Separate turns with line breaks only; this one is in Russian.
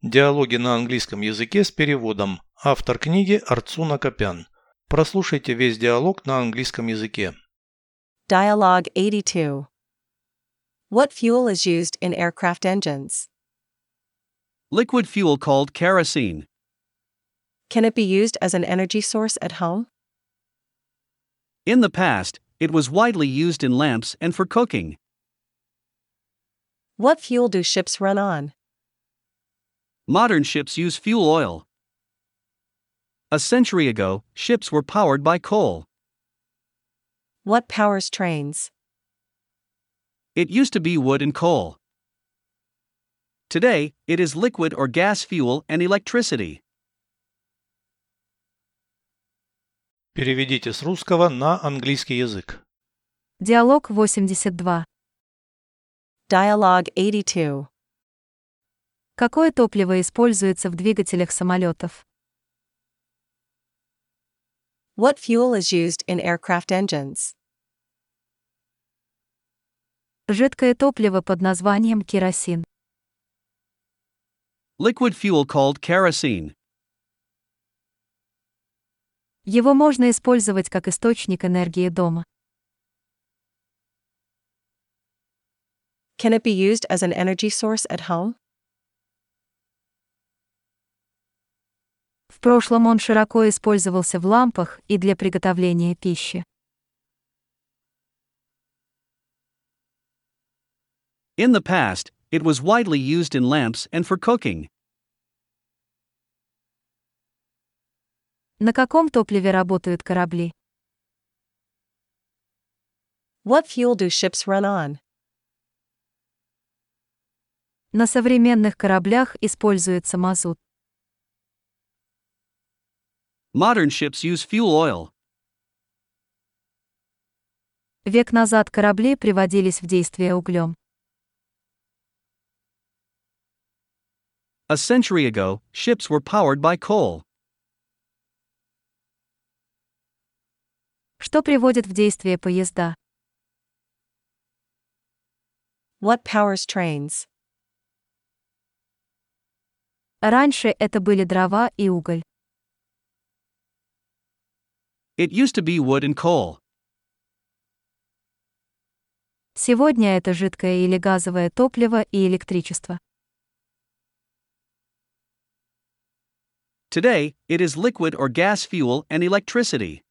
Диалоги на английском языке с переводом. Автор книги Арцуна Копян. Прослушайте весь диалог на английском языке.
Dialogue 82. What fuel is used in aircraft engines?
Liquid fuel called kerosene.
Can it be used as an energy source at home?
In the past, it was widely used in lamps and for cooking.
What fuel do ships run on?
Modern ships use fuel oil. A century ago, ships were powered by coal.
What powers trains?
It used to be wood and coal. Today, it is liquid or gas fuel and electricity.
Переведите с русского на английский язык.
Диалог 82.
Dialogue 82.
Какое топливо используется в двигателях самолетов?
What fuel is used in aircraft engines?
Жидкое топливо под названием керосин.
Liquid fuel called kerosene.
Его можно использовать как источник энергии дома.
Can it be used as an energy source at home?
В прошлом он широко использовался в лампах и для приготовления пищи.
In the past, it was widely used in lamps and for cooking.
На каком топливе работают корабли?
What fuel do ships run on?
На современных кораблях используется мазут.
Modern ships use fuel oil.
Век назад корабли приводились в действие углем.
A century ago, ships were powered by coal.
Что приводит в действие поезда?
What powers trains?
Раньше это были дрова и уголь.
It used to be wood and coal.
Сегодня это жидкое или газовое топливо и электричество.
Today, it is liquid or gas fuel and electricity.